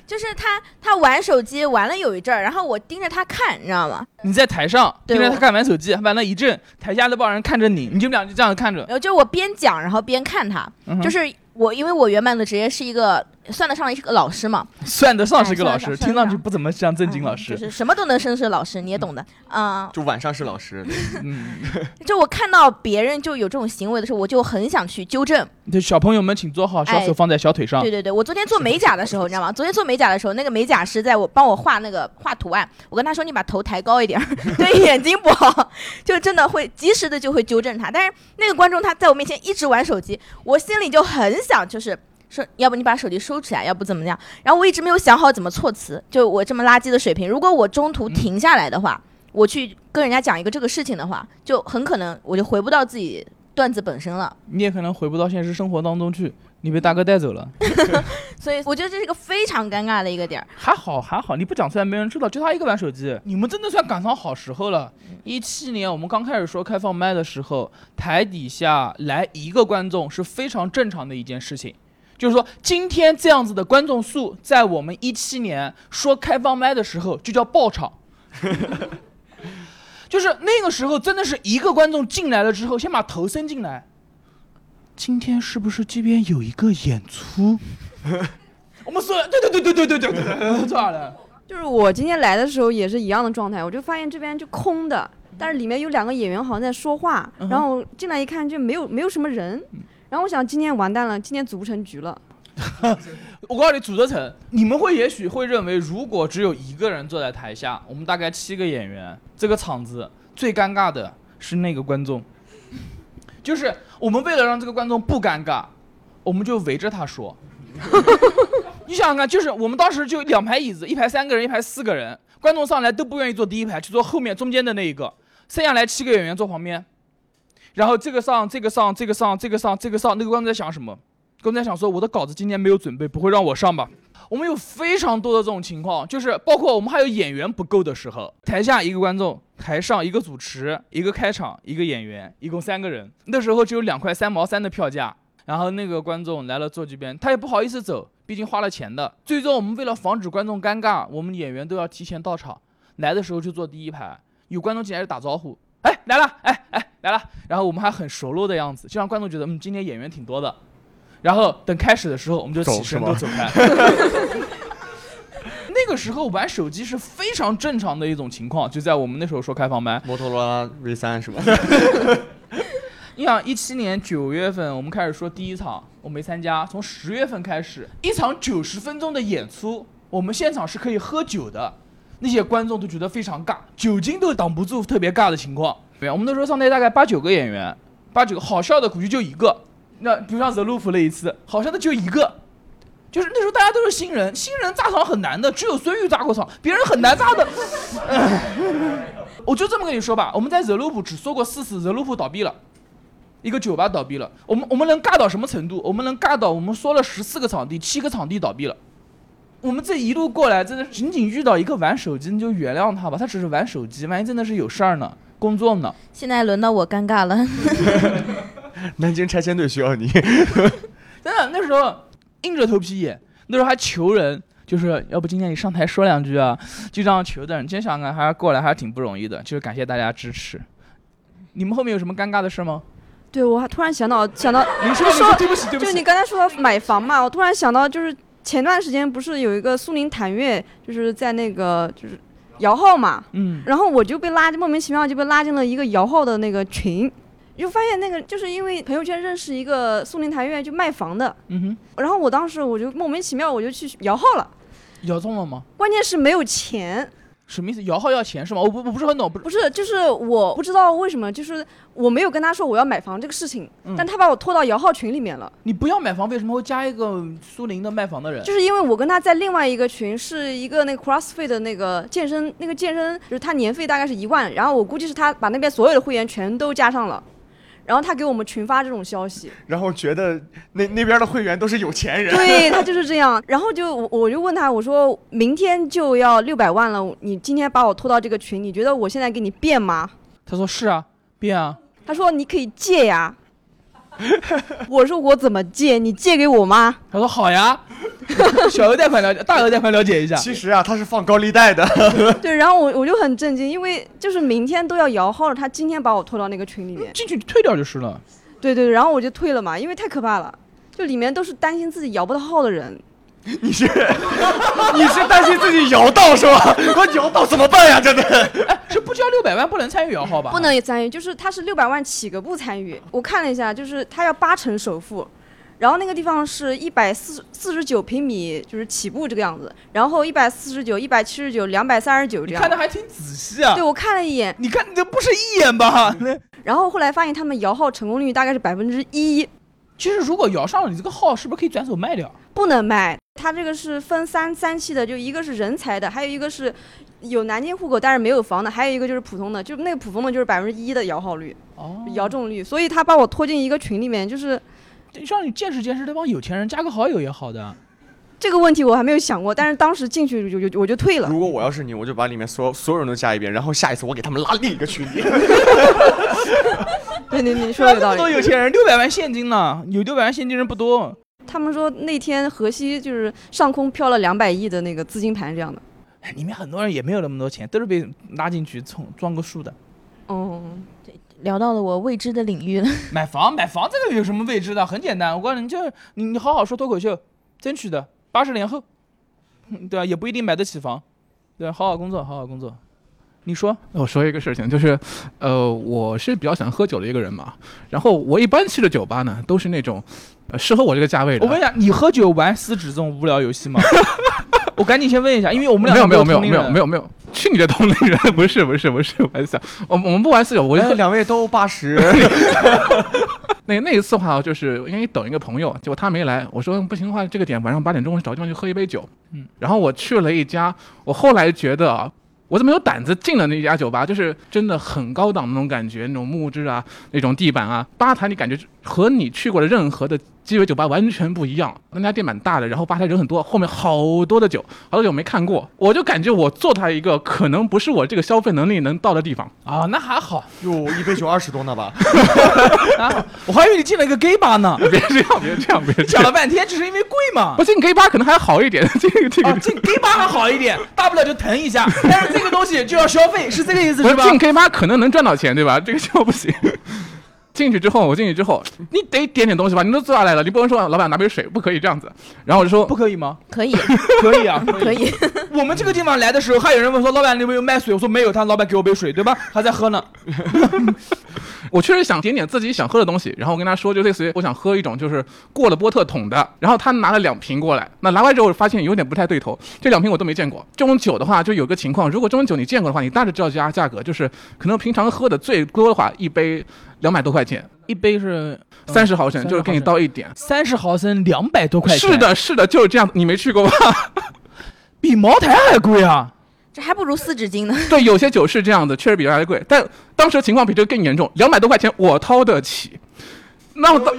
C: 就是他，他玩手机玩了有一阵儿，然后我盯着他看，你知道吗？
D: 你在台上
C: 对
D: 盯着他
C: 我
D: 看玩手机，玩了一阵，台下那帮人看着你，你就俩就这样看着，
C: 然后就我边讲，然后边看他，
D: 嗯哼
C: 就是我，因为我原本的职业是一个算得上是个老师嘛，
D: 算得上是个
C: 哎
D: 老
C: 算
D: 师，
C: 得上
D: 听上去不怎么像正经老
C: 嗯就
D: 师。
C: 是什么都能生是老师，你也懂的。啊、
B: 就晚上是老师，
D: 嗯，
C: 就我看到别人就有这种行为的时候，我就很想去纠正。
D: 对，小朋友们请坐好，小
C: 哎
D: 手放在小腿上
C: 对。对对，我昨天做美甲的时候，你知道吗？昨天做美甲的时候，那个美甲师在我帮我画那个画图案，我跟他说你把头抬高一点儿， 对眼睛不好， 就真的会及时的就会纠正他。但是那个观众他在我面前一直玩手机，我心里就很想就是。说，要不你把手机收起来，要不怎么样？然后我一直没有想好怎么措辞，就我这么垃圾的水平。如果我中途停下来的话，我去跟人家讲一个这个事情的话，就很可能我就回不到自己段子本身了。
D: 你也可能回不到现实生活当中去，你被大哥带走了。
C: 所以我觉得这是一个非常尴尬的一个点儿。
D: 还好还好，你不讲出来没人知道，就他一个玩手机。你们真的算赶上好时候了。一七年我们刚开始说开放麦的时候，台底下来一个观众是非常正常的一件事情。就是说，今天这样子的观众数，在我们一七年说开放麦的时候，就叫爆场。就是那个时候，真的是一个观众进来了之后，先把头伸进来。今天是不是这边有一个演出？我们说，对对对对对对对对对，这样的。
F: 就是我今天来的时候也是一样的状态，我就发现这边就空的，但是里面有两个演员好像在说话，
D: 嗯哼
F: 然后进来一看就没有没有什么人，然后我想今天完蛋了，今天组不成局了。
D: 我告诉你，组得成。你们会也许会认为，如果只有一个人坐在台下，我们大概七个演员，这个场子最尴尬的是那个观众，就是我们为了让这个观众不尴尬，我们就围着他 说。你想想看，就是我们当时就两排椅子，一排三个人，一排四个人，观众上来都不愿意坐第一排，去坐后面中间的那一个，剩下来七个演员坐旁边，然后这个上，这个上，这个上，这个上，这个上，那个观众在想什么？刚才想说我的稿子今天没有准备，不会让我上吧？我们有非常多的这种情况，就是包括我们还有演员不够的时候，台下一个观众，台上一个主持，一个开场，一个演员，一共三个人。那时候只有两块三毛三的票价，然后那个观众来了坐这边，他也不好意思走，毕竟花了钱的。最终我们为了防止观众尴尬，我们演员都要提前到场，来的时候就坐第一排，有观众进来就打招呼，哎来了，哎哎来了，然后我们还很熟络的样子，就让观众觉得嗯今天演员挺多的。然后等开始的时候，我们就起
B: 走是
D: 身
B: 吗
D: 都走开。那个时候玩手机是非常正常的一种情况，就在我们那时候说开放麦。
B: 摩托罗拉 V 三是吧？
D: 你想，一七年九月份我们开始说第一场，我没参加。从十月份开始，一场九十分钟的演出，我们现场是可以喝酒的。那些观众都觉得非常尬，酒精都挡不住特别尬的情况。对啊，我们那时候上台大概八九个演员，八九个好笑的估计就一个。那比如像 The Loop 那一次，好笑的就一个，就是那时候大家都是新人，新人炸场很难的，只有孙玉炸过场，别人很难炸的。 我就这么跟你说吧，我们在 The Loop 只说过四次，The Loop 倒闭了。一个酒吧倒闭了，我们我们能尬到什么程度？我们能尬到我们说了十四个场地，七个场地倒闭了。我们这一路过来，真的仅仅遇到一个玩手机，你就原谅他吧，他只是玩手机，万一真的是有事儿呢，工作呢。
C: 现在轮到我尴尬了，
B: 南京拆迁队需要你，
D: 真的那时候硬着头皮演，那时候还求人，就是要不今天你上台说两句啊，就这样求的。你今天想想看，还是过来还是挺不容易的，就是感谢大家支持。你们后面有什么尴尬的事吗？
F: 对，我还突然想到想到，
D: 你说
F: 你
D: 你说
F: 说
D: 对不起对不
F: 就
D: 起，
F: 你刚才说买房嘛，我突然想到，就是前段时间不是有一个苏宁坦悦，就是在那个就是摇号嘛，
D: 嗯
F: 然后我就被拉莫名其妙就被拉进了一个摇号的那个群，就发现那个就是因为朋友圈认识一个苏宁坦悦就卖房的，
D: 嗯哼，
F: 然后我当时我就莫名其妙我就去摇号了，
D: 摇中了吗？
F: 关键是没有钱，
D: 什么意思？摇号要钱是吗？我哦不我不是很懂，不是
F: 不是，就是我不知道为什么，就是我没有跟他说我要买房这个事情，
D: 嗯
F: 但他把我拖到摇号群里面了，
D: 你不要买房，为什么会加一个苏宁的卖房的人？
F: 就是因为我跟他在另外一个群，是一个那个 CrossFit 的那个健身，那个健身就是他年费大概是一万，然后我估计是他把那边所有的会员全都加上了。然后他给我们群发这种消息，
B: 然后觉得那那边的会员都是有钱 人，
F: 对他就是这样。然后就我我就问他，我说明天就要六百万了，你今天把我拖到这个群，你觉得我现在给你变吗？
D: 他说是啊，变啊，
F: 他说你可以借呀。我说我怎么借？你借给我吗？
D: 他说好呀， 小额贷款了解，大额贷款了解一下。
B: 其实啊，他是放高利贷的。
F: 对，然后我我就很震惊，因为就是明天都要摇号了，他今天把我拖到那个群里面。
D: 进去退掉就是了。
F: 对对，然后我就退了嘛，因为太可怕了，就里面都是担心自己摇不到号的人。
B: 你是 你是担心自己摇到是吧？我摇到怎么办呀？真的，
D: 是不交六百万不能参与摇号吧？
F: 不。能参与，就是他是六百万起个不参与。我看了一下，就是他要八成首付，然后那个地方是一百四四十九平米，就是起步这个样子，然后一百四十九、一百七十九、两百三十九这
D: 你
F: 样
D: 看的。还挺仔细啊
F: 对，。我看了一眼，
D: 你看你这不是一眼吧？
F: 然后后来发现他们摇号成功率大概是百分之一，
D: 其实如果摇上了，你这个号是不是可以转手卖掉？
F: 不能卖。它这个是分三三期的，就一个是人才的，还有一个是有南京户口但是没有房的，还有一个就是普通的，就那个普通的就是百分之一的摇号率、
D: 哦
F: 摇中率。所以他把我拖进一个群里面，就是
D: 让你见识见识这帮有钱人，加个好友也好的。
F: 这个问题我还没有想过，但是当时进去就就我就退了
B: 如。果我要是你，我就把里面所有所有人都加一遍，然后下一次我给他们拉另一个 群里。
F: 对对，你说的
D: 这
F: 有道
D: 么多
F: 理。
D: 有钱人，六百万现金呢？有六百万现金人不多。
F: 他们说那天河西就是上空飘了两百亿的那个资金盘这样的。
D: 哎里面很多人也没有那么多钱，都是被拉进去充装个数的。
F: 哦、
C: 聊到了我未知的领域了。
D: 买房，买房这个有什么未知的？很简单，我告诉你，就是你你好好说脱口秀，争取的八十年后，嗯对吧、也不一定买得起房，对吧、好好工作，好好工作。你说，
H: 我说一个事情，就是，呃，我是比较喜欢喝酒的一个人嘛，然后我一般去的酒吧呢，都是那种、呃适合我这个价位的。
D: 我问一下，你喝酒玩撕纸这种无聊游戏吗？ 我赶紧先问一下，因为我们
H: 没
D: 俩
H: 有没有没有
D: 都
H: 没
D: 是同龄
H: 有
D: 人
H: 没有没有，去你的同龄人，不是不是不是，玩笑，啊我们我们不玩四酒，我就
B: 哎两位都八 十，
H: 那那一次的话，就是因为等一个朋友，结果他没来，我说不行的话，这个点晚上八点钟找地方去喝一杯酒。
D: 嗯，
H: 然后我去了一家，我后来觉得啊，我怎么有胆子进了那家酒吧？就是真的很高档的那种感觉，那种木质啊，那种地板啊，吧台你感觉和你去过的任何的鸡尾酒吧完全不一样。那家店蛮大的，然后吧台人很多，后面好多的酒，好多酒没看过，我就感觉我坐他一个可能不是我这个消费能力能到的地方。
D: 啊，那还好，
B: 哟，一杯酒二十多呢吧？
D: 还好，我还以为你进了一个 gay 吧 呢。
H: 别这样，别这样，别这
D: 讲了
H: 样。
D: 半天，只是因为贵嘛
H: 不。进 gay 吧可能还好一点，这个这个、
D: 啊，进 gay 吧还好一点，大不了就疼一下，但是这个东西就要消费，是这个意思
H: 不
D: 是
H: 是
D: 吧？
H: 进 K 吧可能能赚到钱，对吧？这个就不行。进去之后，我进去之后，你得点点东西吧，你都坐下来了，你不能说老板拿杯水，不可以这样子。然后我就说
D: 不可以吗？
C: 可 以，
D: 可以啊，
C: 可。以，
D: 我们这个地方来的时候，还有人问说老板那边有卖水，我说没有，他老板给我杯水，对吧？还在喝呢。
H: 我确实想点点自己想喝的东西，然后我跟他说，就类似于我想喝一种就是过了波特桶的，然后他拿了两瓶过来，那拿过来之后我发现有点不太对头，这两瓶我都没见过。这种酒的话，就有个情况，如果这种酒你见过的话，你大致知道价价格，就是可能平常喝的最多的话，一杯两百多块钱，
D: 一杯是
H: 三十毫升，就是给你倒一点。
D: 三十毫升，两百多块钱，
H: 是，的，是的，就是这样。你没去过吧？
D: 比茅台还贵啊！
C: 这还不如四纸巾呢。
H: 对，有些酒是这样的，确实比茅台贵，但当时情况比这个更严重，两百多块钱我掏得起。那我当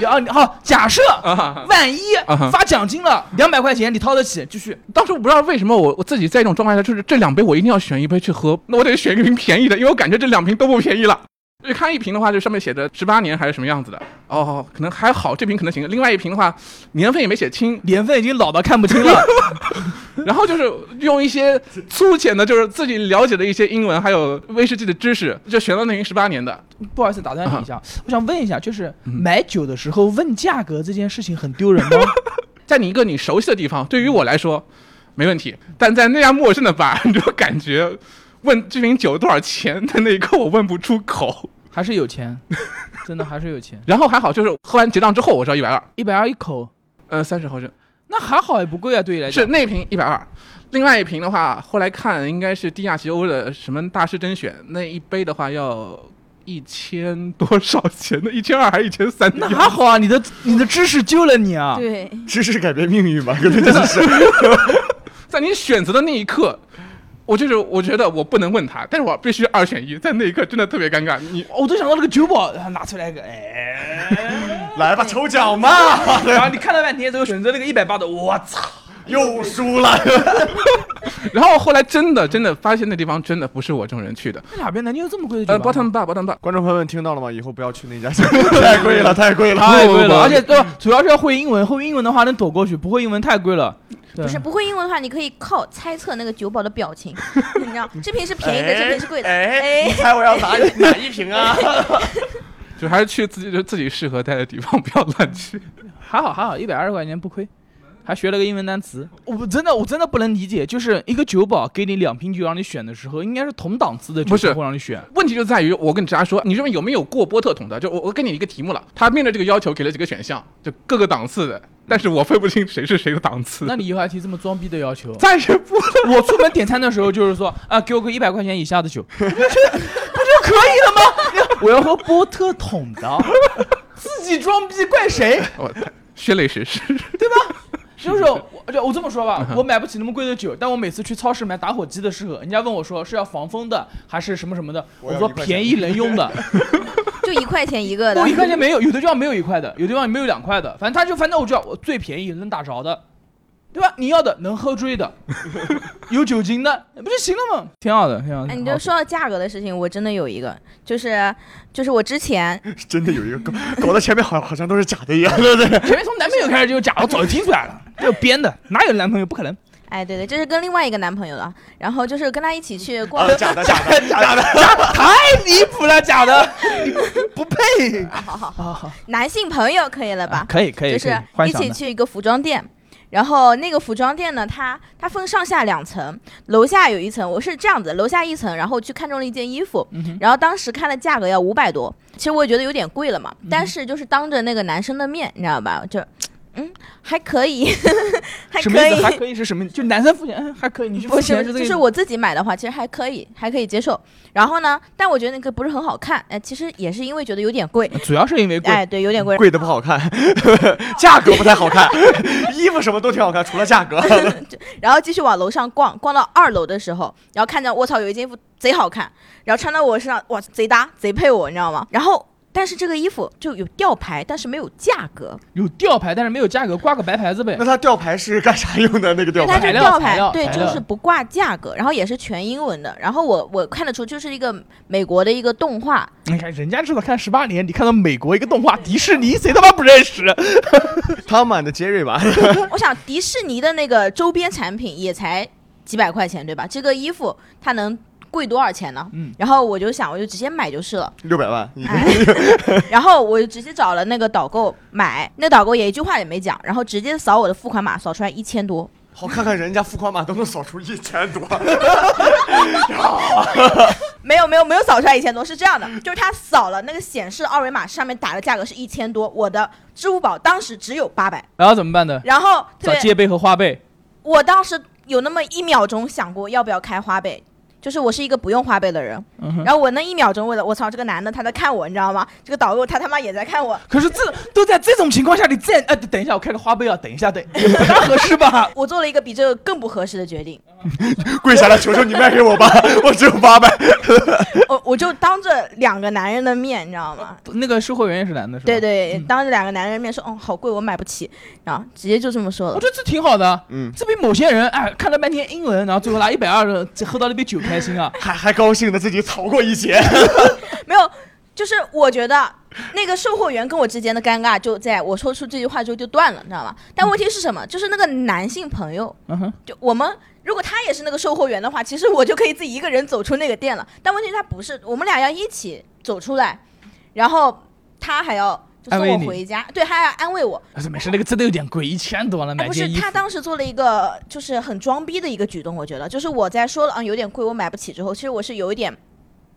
D: 然后好，假设
H: 啊，
D: 万一
H: 啊哈
D: 发奖金了，两百块钱你掏得起，继续。
H: 当时我不知道为什么我我自己在一种状态下，就是这两杯我一定要选一杯去喝，那我得选一瓶便宜的，因为我感觉这两瓶都不便宜了。就看一瓶的话，就上面写着十八年还是什么样子的，哦，可能还好，这瓶可能行。另外一瓶的话，年份也没写清，
D: 年份已经老到看不清了，
H: 然后就是用一些粗浅的，就是自己了解的一些英文还有威士忌的知识，就选到那瓶十八年的。
D: 不好意思打断你一下，我想问一下，就是买酒的时候问价格这件事情很丢人 吗？
H: 在你一个你熟悉的地方，对于我来说没问题，但在那样陌生的吧，你就感觉问这瓶酒多少钱的那一刻，我问不出口。
D: 还是有钱，真的还是有钱，
H: 然后还好，就是喝完结账之后，我知道一百二，
D: 一百二一口，
H: 呃，三十毫升哎
D: 那还好也不贵啊，对你来
H: 是
D: 讲。
H: 那瓶一百二。另外一瓶的话，后来看应该是地亚奇欧的什么大师甄选，那一杯的话要一千多少钱 呢？一千二还一千三？
D: 那还好啊，你的你的知识救了你啊！
C: 对，
B: 知识改变命运吧，可能真的是。
H: 在你选择的那一刻，我就是我觉得我不能问他，但是我必须二选一，在那一刻真的特别尴尬。你
D: 哦我都想到这个酒保啊拿出来一个， 哎，
B: 来吧，抽奖嘛，
D: 然后你看了半天，最后选择了个一百八的，我操！
B: 又输了。
H: 然后后来真的真的发现那地方真的不是我这种人去的。
D: 那哪边南京有这么贵的酒
H: 呃
D: 吧？
H: ，bottom bar bottom bar，
B: 观众朋友们听到了吗？以后不要去那家， 太贵了，太贵了。
D: 太
H: 不
D: 贵了，
H: 不不
D: 而且对吧？主要是要会英文，会英文的话能躲过去，不会英文太贵了。对
C: 不是不会英文的话，你可以靠猜测那个酒保的表情， 你知道， 这瓶是便宜的，这瓶是贵的。
B: 哎，
C: 哎
B: 你猜我要哪一哪一瓶啊？
H: 就还是去自己就自己适合待的地方，不要乱 去。
D: 还好还好，一百二十块钱不亏，还学了个英文单词。我不真的我真的不能理解，就是一个酒保给你两瓶酒让你选的时候，应该是同档次的酒
H: 不是
D: 才会让你选。
H: 问题就在于，我跟大家说，你这边有没有过波特桶的？就我我给你一个题目了，他面对这个要求给了几个选项，就各个档次的，但是我分不清谁是谁的 档次。
D: 那你以后还提这么装逼的要求？
H: 再也不
D: 我出门点餐的时候就是说啊，给我个一百块钱以下的酒， 不就不就可以了吗？我要喝波特桶的， 自己装逼怪谁？
H: 我 血泪史诗。
D: 就是我就我这么说吧，我买不起那么贵的酒，但我每次去超市买打火机的时候，人家问我说是要防风的还是什么什么的，
B: 我
D: 我
B: 要
D: 说
B: 一块钱
D: 便宜能用的，
C: 就一块钱一个的
D: 我。一块钱没有，有的地方没有一块的，有的地方没有两块的，反正他就反正我就要我最便宜能打着的，对吧？你要的能喝醉的，有酒精的，不就行了吗？挺好的，挺好的。
C: 哎，你
D: 挺好
C: 就
D: 的
C: 说到价格的事情，我真的有一个，就是就是我之前
B: 真的有一个搞搞得前面好好像都是假的一样，对 不对？
D: 前面从男朋友开始就假，我早就听出来了，这编的，哪有男朋友？不可能，
C: 哎，对对，这是跟另外一个男朋友的，然后就是跟他一起去逛
B: 啊，假的，假的，假的。
D: 太离谱了，假的，不配。
C: 好好 好，
D: 好好，
C: 男性朋友可以了吧？
D: 啊可以可以，
C: 就是
D: 可以
C: 一
D: 幻想
C: 起
D: 的
C: 去一个服装店。然后那个服装店呢，它它分上下两层，楼下有一层，我是这样子，楼下一层，然后去看中了一件衣服，
D: 嗯哼
C: 然后当时看的价格要五百多，其实我也觉得有点贵了嘛，
D: 嗯
C: 但是就是当着那个男生的面，你知道吧？就，嗯，还可以， 还
D: 什么
C: 可
D: 意思？
C: 以
D: 还，可以是什么？就男生付钱哎还可以，你去付
C: 不
D: 钱
C: 是，
D: 是这个
C: 就
D: 意
C: 是
D: 思。
C: 我自己买的话，其实还可以，还可以接受。然后呢，但我觉得那个不是很好看，哎，其实也是因为觉得有点贵，
D: 主要是因为贵，嗯
C: 哎，对，有点贵。
B: 贵的不好看， 价格不太好看， 衣服什么都挺好看，除了价 格。
C: 然后继续往楼上逛，逛到二楼的时候，然后看到卧槽，有一件衣服贼好看，然后穿到我身上，哇，贼搭，贼配我，你知道吗？然后。但是这个衣服就有吊牌，但是没有价格，
D: 有吊牌，但是没有价格，挂个白牌子呗
B: 那。它吊牌是干啥用的？那个
C: 因
B: 吊
C: 为它
B: 牌
C: 是
D: 料
C: 吊
D: 材
C: 牌
D: 料，
C: 对，
D: 材
C: 就
D: 料
C: 是不挂价格，然后也是全英文的。然后我我看得出，就是一个美国的一个动画，
D: 你看人家知道看十八年，你看到美国一个动画迪士尼，谁他妈不认识？
B: 汤满的杰瑞吧？
C: 我想迪士尼的那个周边产品也才几百块钱，对吧？这个衣服它能贵多少钱呢？
D: 嗯
C: 然后我就想，我就直接买就是了。
B: 六百万， 你
C: 哎，然后我就直接找了那个导购买，那导购也一句话也没讲，然后直接扫我的付款码，扫出来一千多。
B: 好看看人家付款码都能扫出一千多，
C: 没有没有没有扫出来一千多，是这样的，就是他扫了那个显示二维码上面打的价格是一千多，我的支付宝当时只有八百，
D: 然后怎么办呢？
C: 然后特
D: 找
C: 别
D: 借呗和花呗。
C: 我当时有那么一秒钟想过要不要开花呗，就是我是一个不用花呗的人，
D: 嗯哼。
C: 然后我那一秒钟为了我操这个男的他在看我，你知道吗？这个导购他他妈也在看我，？
D: 可是这都在这种情况下，你再呃，等一下，我开个花呗啊，等一 下，等也不大合适吧
C: 我做了一个比这个更不合适的决定，
B: 跪下来求求你卖给我吧，我只有八百。
C: 哦我我就当着两个男人的面，你知道吗？
D: 那个售货员也是呃男的，是吧？
C: 对对，
D: 嗯
C: 当着两个男人的面说，嗯，好贵，我买不起，然后直接就这么说了
D: 我。觉得这挺好的。啊
B: 嗯，！
D: 这比某些人哎看了半天英文，然后最后拿一百二的这喝到了一杯酒开心 啊
B: 还还高兴的自己逃过一劫。
C: 没有，就是我觉得那个售货员跟我之间的尴尬就在我说出这句话之后就断了，你知道吗？但问题是什么？就是那个男性朋友，
D: 嗯哼，
C: 就我们如果他也是那个售货员的话，其实我就可以自己一个人走出那个店了。但问题他不是，我们俩要一起走出来，然后他还要就送
D: 安慰
C: 我
D: 你
C: 回家，对，他还要安慰我。
D: 他说没事，那个真的有点贵，一千多了
C: 哎，
D: 买
C: 不是
D: 件衣服
C: 他。当时做了一个就是很装逼的一个举动，我觉得就是我在说了啊有点贵，我买不起之后，其实我是有一点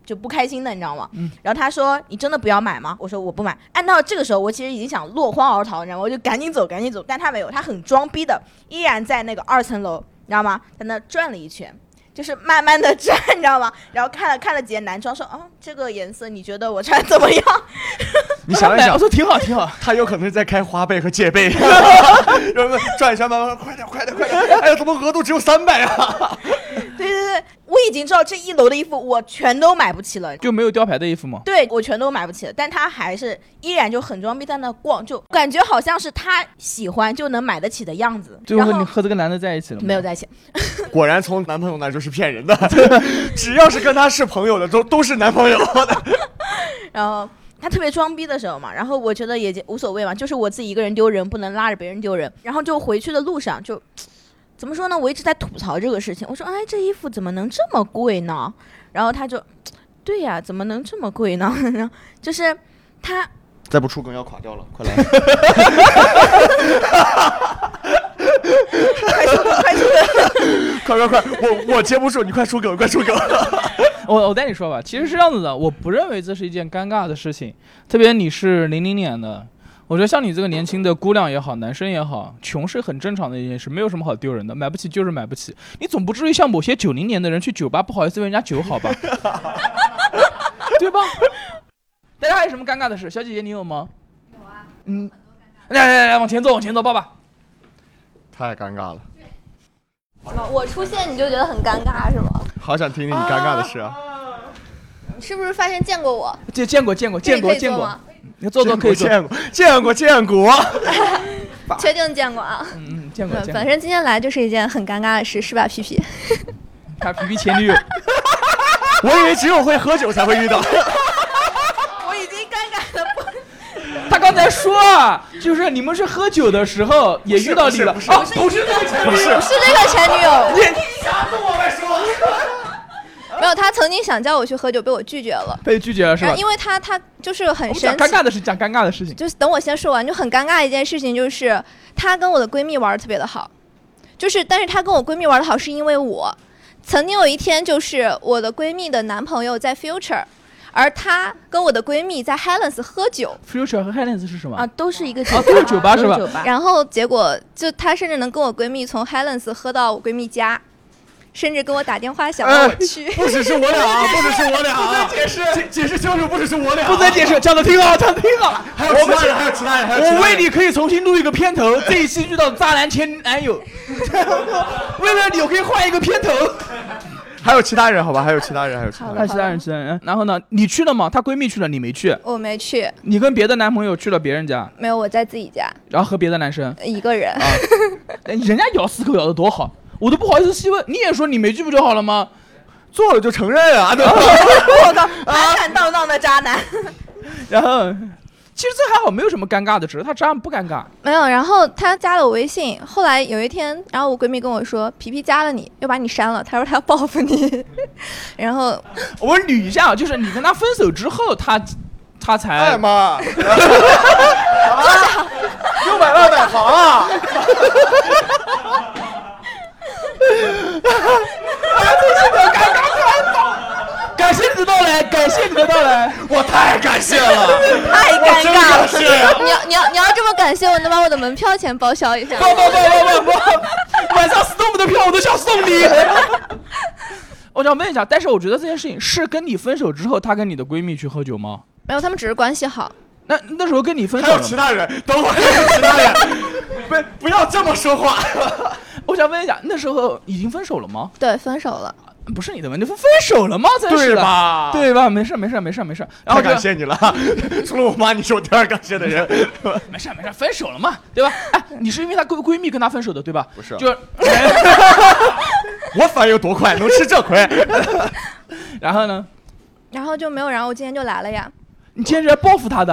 C: 就不开心的，你知道吗？
D: 嗯
C: 然后他说你真的不要买吗？我说我不买。按到这个时候，我其实已经想落荒而逃，你知道吗？我就赶紧走，赶紧走。但他没有，他很装逼的，依然在那个二层楼，你知道吗？在那转了一圈。就是慢慢的转，你知道吗？然后看了看了几件男装，说：“哦，这个颜色你觉得我穿怎么样？”
B: 你想一
D: 我
B: 想，
D: 哦说挺好，挺好。
B: 他有可能是在开花呗和借 呗，然后转一圈，慢慢快点，快点，快点！哎呀，怎么额度只有三百 啊？
C: 对对对，我已经知道这一楼的衣服我全都买不起了，
D: 就没有雕牌的衣服吗？
C: 对我全都买不起了，但他还是依然就很装逼在那逛，就感觉好像是他喜欢就能买得起的样子。
D: 最
C: 然
D: 后你
C: 后
D: 和这个男的在一起了吗？
C: 没有。在一起，
B: 果然从男朋友那就是骗人的， 只要是跟他是朋友的，都都是男朋友。
C: 然后他特别装逼的时候嘛，然后我觉得也无所谓嘛，就是我自己一个人丢人，不能拉着别人丢人。然后就回去的路上就。怎么说呢？我一直在吐槽这个事情。我说，哎，这衣服怎么能这么贵呢？然后他就，对呀、怎么能这么贵呢？ 然后就是他
B: 再不出梗要垮掉了，快来！ 快快快，我我接不住，你快出梗，快出梗！
D: 我我带你说吧，其实是这样子的，我不认为这是一件尴尬的事情，特别你是零零年的。我觉得像你这个年轻的姑娘也好，男生也好，穷是很正常的一件事，没有什么好丢人的。买不起就是买不起，你总不至于像某些九零年的人去酒吧不好意思问人家酒好吧？ 对吧？大家还有什么尴尬的事？小姐姐你有吗？有啊。嗯，来来来，往前走，往前走，爸爸。
B: 太尴尬了，
G: 什么？我出现你就觉得很尴尬是吗？
B: 好想听听你尴尬的事啊！
G: 你是不是发现见过我？
D: 见见过见过见过
G: 这
D: 见
G: 个可以做
D: 过
G: 吗，？
D: 你做做可以做。
B: 见过见过见过，
G: 确定见过啊？
D: 嗯嗯，见过
G: 嗯，
D: 见
G: 反
D: 过。
G: 正今天来就是一件很尴尬的事，是吧，皮 皮？
D: 他皮皮前女友。
B: 我以为只有会喝酒才会遇到。
C: 我已经尴尬的不
D: 他刚才说啊，就是你们是喝酒的时候也遇到你了，
B: 不是
D: 啊，不是那个
B: 哦不是，
G: 是这个前女友，
B: 啥跟我们说？
G: 没有，她曾经想叫我去喝酒，被我拒绝了。
D: 被拒绝了是
G: 然
D: 吧
G: 后？因为她她就是
D: 我
G: 很
D: 们
G: 神
D: 讲
G: 奇
D: 尴，尬的事，讲尴尬的事情。
G: 就是等我先说完，就很尴尬一件事情，就是她跟我的闺蜜玩的特别的好，就是但是她跟我闺蜜玩的好是因为我。曾经有一天，就是我的闺蜜的男朋友在 Future，而她跟我的闺蜜在 Helens 喝酒，
D: Future 和 Helens 是什么？
C: 啊，都是一个酒
D: 啊都是酒吧是吧
C: 都酒吧。啊
G: 然后结果就她甚至能跟我闺蜜从 Helens 喝到我闺蜜家，甚至跟我打电话想
B: 啊
G: 让我去。
B: 哎不只是我俩 啊，不只是我俩啊！解释解释清楚，不只是我俩啊，
D: 不能解释，讲的挺好，讲的挺好。
B: 还有
D: 我
B: 其
D: 们
B: 他人，还有其他人，还有其他人
D: 我为你可以重新录一个片头，这一期遇到渣男前男友， 为了你我可以换一个片头。
B: 还有其他人，好吧，还有其他人，还有其他
G: 好
B: 人
G: 了。
D: 其他人，其他人。然后呢？你去了吗？她闺蜜去了，你没去。
G: 我哦没去，
D: 你跟别的男朋友去了别人家，
G: 没有，我在自己家
D: 然后和别的男生。
G: 一个人。
D: 哎人家咬死狗咬的多好，我都不好意思细问。你也说你没去不就好了吗？
B: 做了就 承认啊，对吧？
C: 我靠，坦坦荡荡的渣男。
D: 然后其实这还好，没有什么尴尬的，只是他这样不尴尬。
G: 没有，然后他加了我微信，后来有一天，然后我闺蜜跟我说，皮皮加了你，又把你删了，她说她要报复你， 然后
D: 我们捋一下啊，就是你跟他分手之后，他他才
B: 哎 妈，又买了买房啊！
D: 感谢你的到来，感谢你的到来。
B: 我太感谢了，
C: 太尴
B: 真
C: 尬
B: 感
C: 了。
B: 谢。
G: 你要你要你要这么感谢我，能把我的门票钱报销一下
D: 不不不不不不，晚上 storm 的票我都想送你。 我想问一下，但是我觉得这件事情是跟你分手之后，她跟你的闺蜜去喝酒吗？
G: 没有，他们只是关系好，
D: 那那时候跟你分手
B: 还有
D: 了
B: 其
D: 吗？
B: 他人，等会儿还有其他人，不不要这么说话。
D: 我想问一下，那时候已经分手了吗？
G: 对，分手了。
D: 不是你的问题，分手了吗？真是的，
B: 吧？
D: 对吧？没事没事没事没事。然后
B: 太
D: 就
B: 感谢你了， 除了我妈，你是我第二感谢的人。
D: 没事没事，分手了嘛，对 吧？哎，你是因为她闺闺蜜跟她分手的，对吧？
B: 不是
D: 就是，
B: 我反应有多快，能吃这亏？
D: 然后呢？
G: 然后就没有，然后我今天就来了呀。
D: 你今天是来报复她的？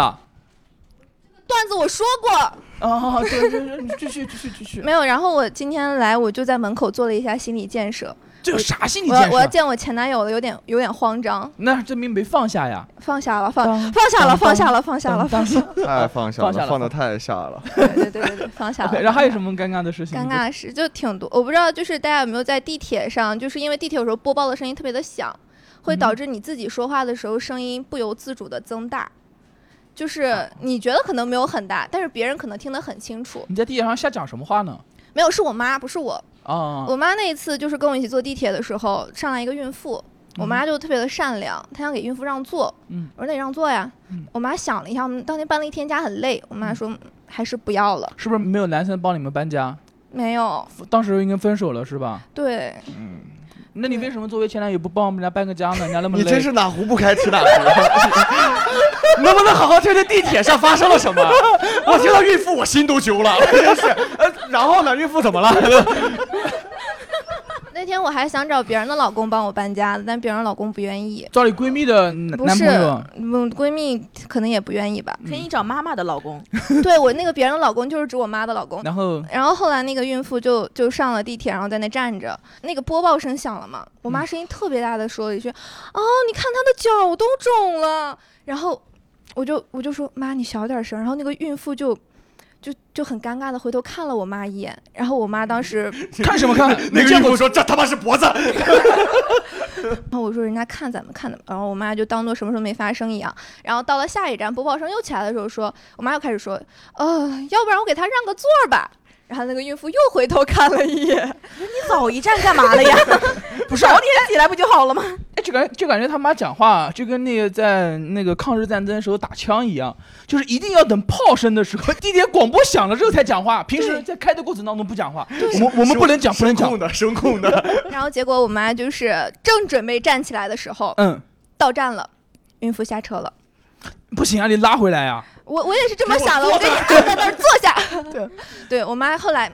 G: 段子我说过
D: 哦，对对对，你继续继续继 续。
G: 没有，然后我今天来，我就在门口做了一下心理建设。
D: 这有啥心理
G: 我
D: 建
G: 要我要
D: 设？
G: 见我前男友了，有点有点慌张，
D: 那证明没放下呀。
G: 放下了，放
D: 当
G: 放下了，
D: 当
G: 放下了，放下了，
D: 当
G: 放下了。
B: 太放下
D: 放下了
B: 放的太下了。
G: 对对对对对，放下
D: OK，
G: 了。
D: 然后还有什
G: 么？
D: 么尴尬的事情？
G: 尴
D: 你
G: 尬的事就挺多，我不知道，就是大家有没有在地铁上，就是因为地铁有时候播报的声音特别的响，会导
D: 嗯
G: 致你自己说话的时候声音不由自主的增大，
D: 啊
G: 就是你觉得可能没有很大，但是别人可能听得很清楚
D: 不。你在地铁上瞎讲什么话呢？
G: 没有，是我妈，不是我。
D: 啊，
G: 我妈那一次就是跟我一起坐地铁的时候，上来一个孕妇，我妈就特别的善良，她想给孕妇让座，
D: 嗯
G: 我说那你让座呀
D: 嗯。
G: 我妈想了一下，我们当天搬了一天家很累，我妈说嗯还是不要了，
D: 是不是没有男生帮你们搬家？
G: 没有，
D: 当时应该分手了是吧？
G: 对，
D: 那你为什么作为前男友不帮我们家搬个家 呢？人家那么
B: 你
D: 累，
B: 真是哪壶啊不开提哪壶，能不能好好听听地铁上发生了什 么？ 我听到孕妇，我心都揪了， 真是。呃然后呢？孕妇怎么 了？
G: 那天我还想找别人的老公帮我搬家的，但别人老公不愿意，
D: 找你闺蜜的男
G: 不
D: 男
G: 是
D: 朋友，，啊
G: 嗯，闺蜜可能也不 愿意吧。
C: 可以找妈妈的老公，
G: 对我那个别人的老公就是指我妈的老公。
D: 然后
G: 然后后来那个孕妇就就上了地铁，然后在那站着，那个播报声响了嘛，我妈声音特别大的说了一句：“哦，你看她的脚都肿了。”然后我就我就说：“妈，你小点声。”然后那个孕妇就。就就很尴尬的回头看了我妈一眼，然后我妈当时，
B: 嗯
D: 看什么 看？
B: 那
D: 没
B: 个
D: 见
B: 孕
D: 过
B: 妇说：“这他妈是脖子。
G: 然后我说人家看咱们看的，然后我妈就当做什么时候没发生一样。然后到了下一站，播报声又起来的时候说，我妈又开始说，呃，要不然我给她让个座儿吧。然后那个孕妇又回头看了一眼，
C: 你早一站干嘛了 呀？
D: 不是啊
C: 早点起来不就好了吗？
D: 哎，就感觉就感觉他妈讲话就跟那个在那个抗日战争时候打枪一样，就是一定要等炮声的时候，地铁广播响了之后才讲话。平时在开的过程当中不讲话，我们我们不能讲，不能
B: 声
D: 讲
B: 控。的，声控的，
G: 然后结果我妈就是正准备站起来的时候，
D: 嗯，
G: 到站了，孕妇下车了。
D: 不行啊，你拉回来啊。
G: 我我也是这么想的，我跟你说，在那儿坐下。 对，对我妈后来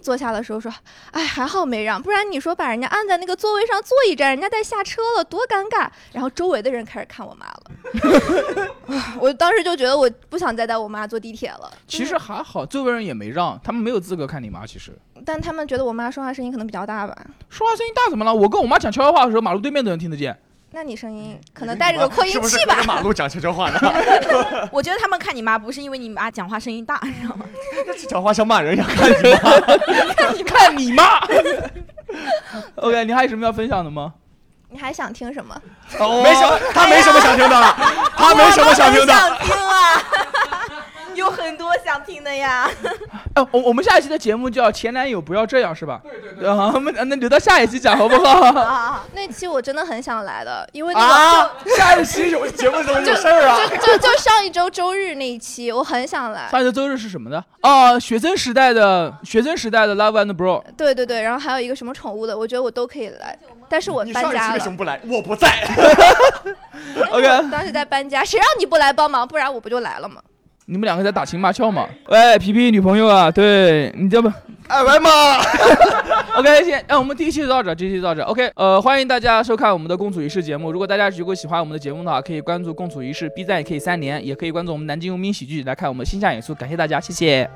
G: 坐下的时候说：“哎，还好没让，不然你说把人家按在那个座位上坐一站，人家再下车了，多尴尬。”然后周围的人开始看我妈了，啊 我当时就觉得我不想再带我妈坐地铁了。
D: 其实还好，周围人也没让，他们没有资格看你妈。其实
G: 但他们觉得我妈说话声音可能比较大吧。
D: 说话声音大怎么了？我跟我妈讲悄悄话的时候，马路对面都能听得见。
G: 那你声音可能带着个扩 音
B: 是不是
G: 器吧
B: 隔着？马路讲悄悄话呢？
C: 我觉得他们看你妈不是因为你妈讲话声音大，你知道吗？
B: 讲话像骂人一样看你妈。
D: 你 看你妈。OK，你还有什么要分享的吗？
G: 你还想听什么？
B: 没什么，他没什么想听的 了，他没什么想听
C: 我
B: 的。
C: 想听啊， 有很多想听的呀。
D: 哎，我我们下一期的节目叫《前男友不要这样》是吧？对对对。啊，我们那留到下一期讲好不好？
C: 啊，
G: 那期我真的很想来的，因为那个
B: 啊！下一期有节目怎么有事儿啊？
G: 就就上一周周日那一期，我很想来。
D: 上一周周日是什么的？啊，学生时代的学生时代的 Love and Bro。
G: 对对对，然后还有一个什么宠物的，我觉得我都可以来，但是我
B: 你
G: 搬
B: 上一期
G: 家
B: 为什
G: 了
B: 么。不来？我不在。
D: OK，
G: 当时在搬家，谁让你不来帮忙，不然我不就来了吗？
D: 你们两个在打情骂俏吗？喂，皮皮女朋友啊，对你这不
B: 哎喂妈，
D: OK，先，哦那、我们第一期就到这儿，这期就到这儿。OK，呃，欢迎大家收看我们的《共处一室》节目。如果大家如果喜欢我们的节目的话，可以关注《共处一室》B 站，也可以三连，也可以关注我们南京无名喜剧来看我们线下演出。感谢大家，谢谢。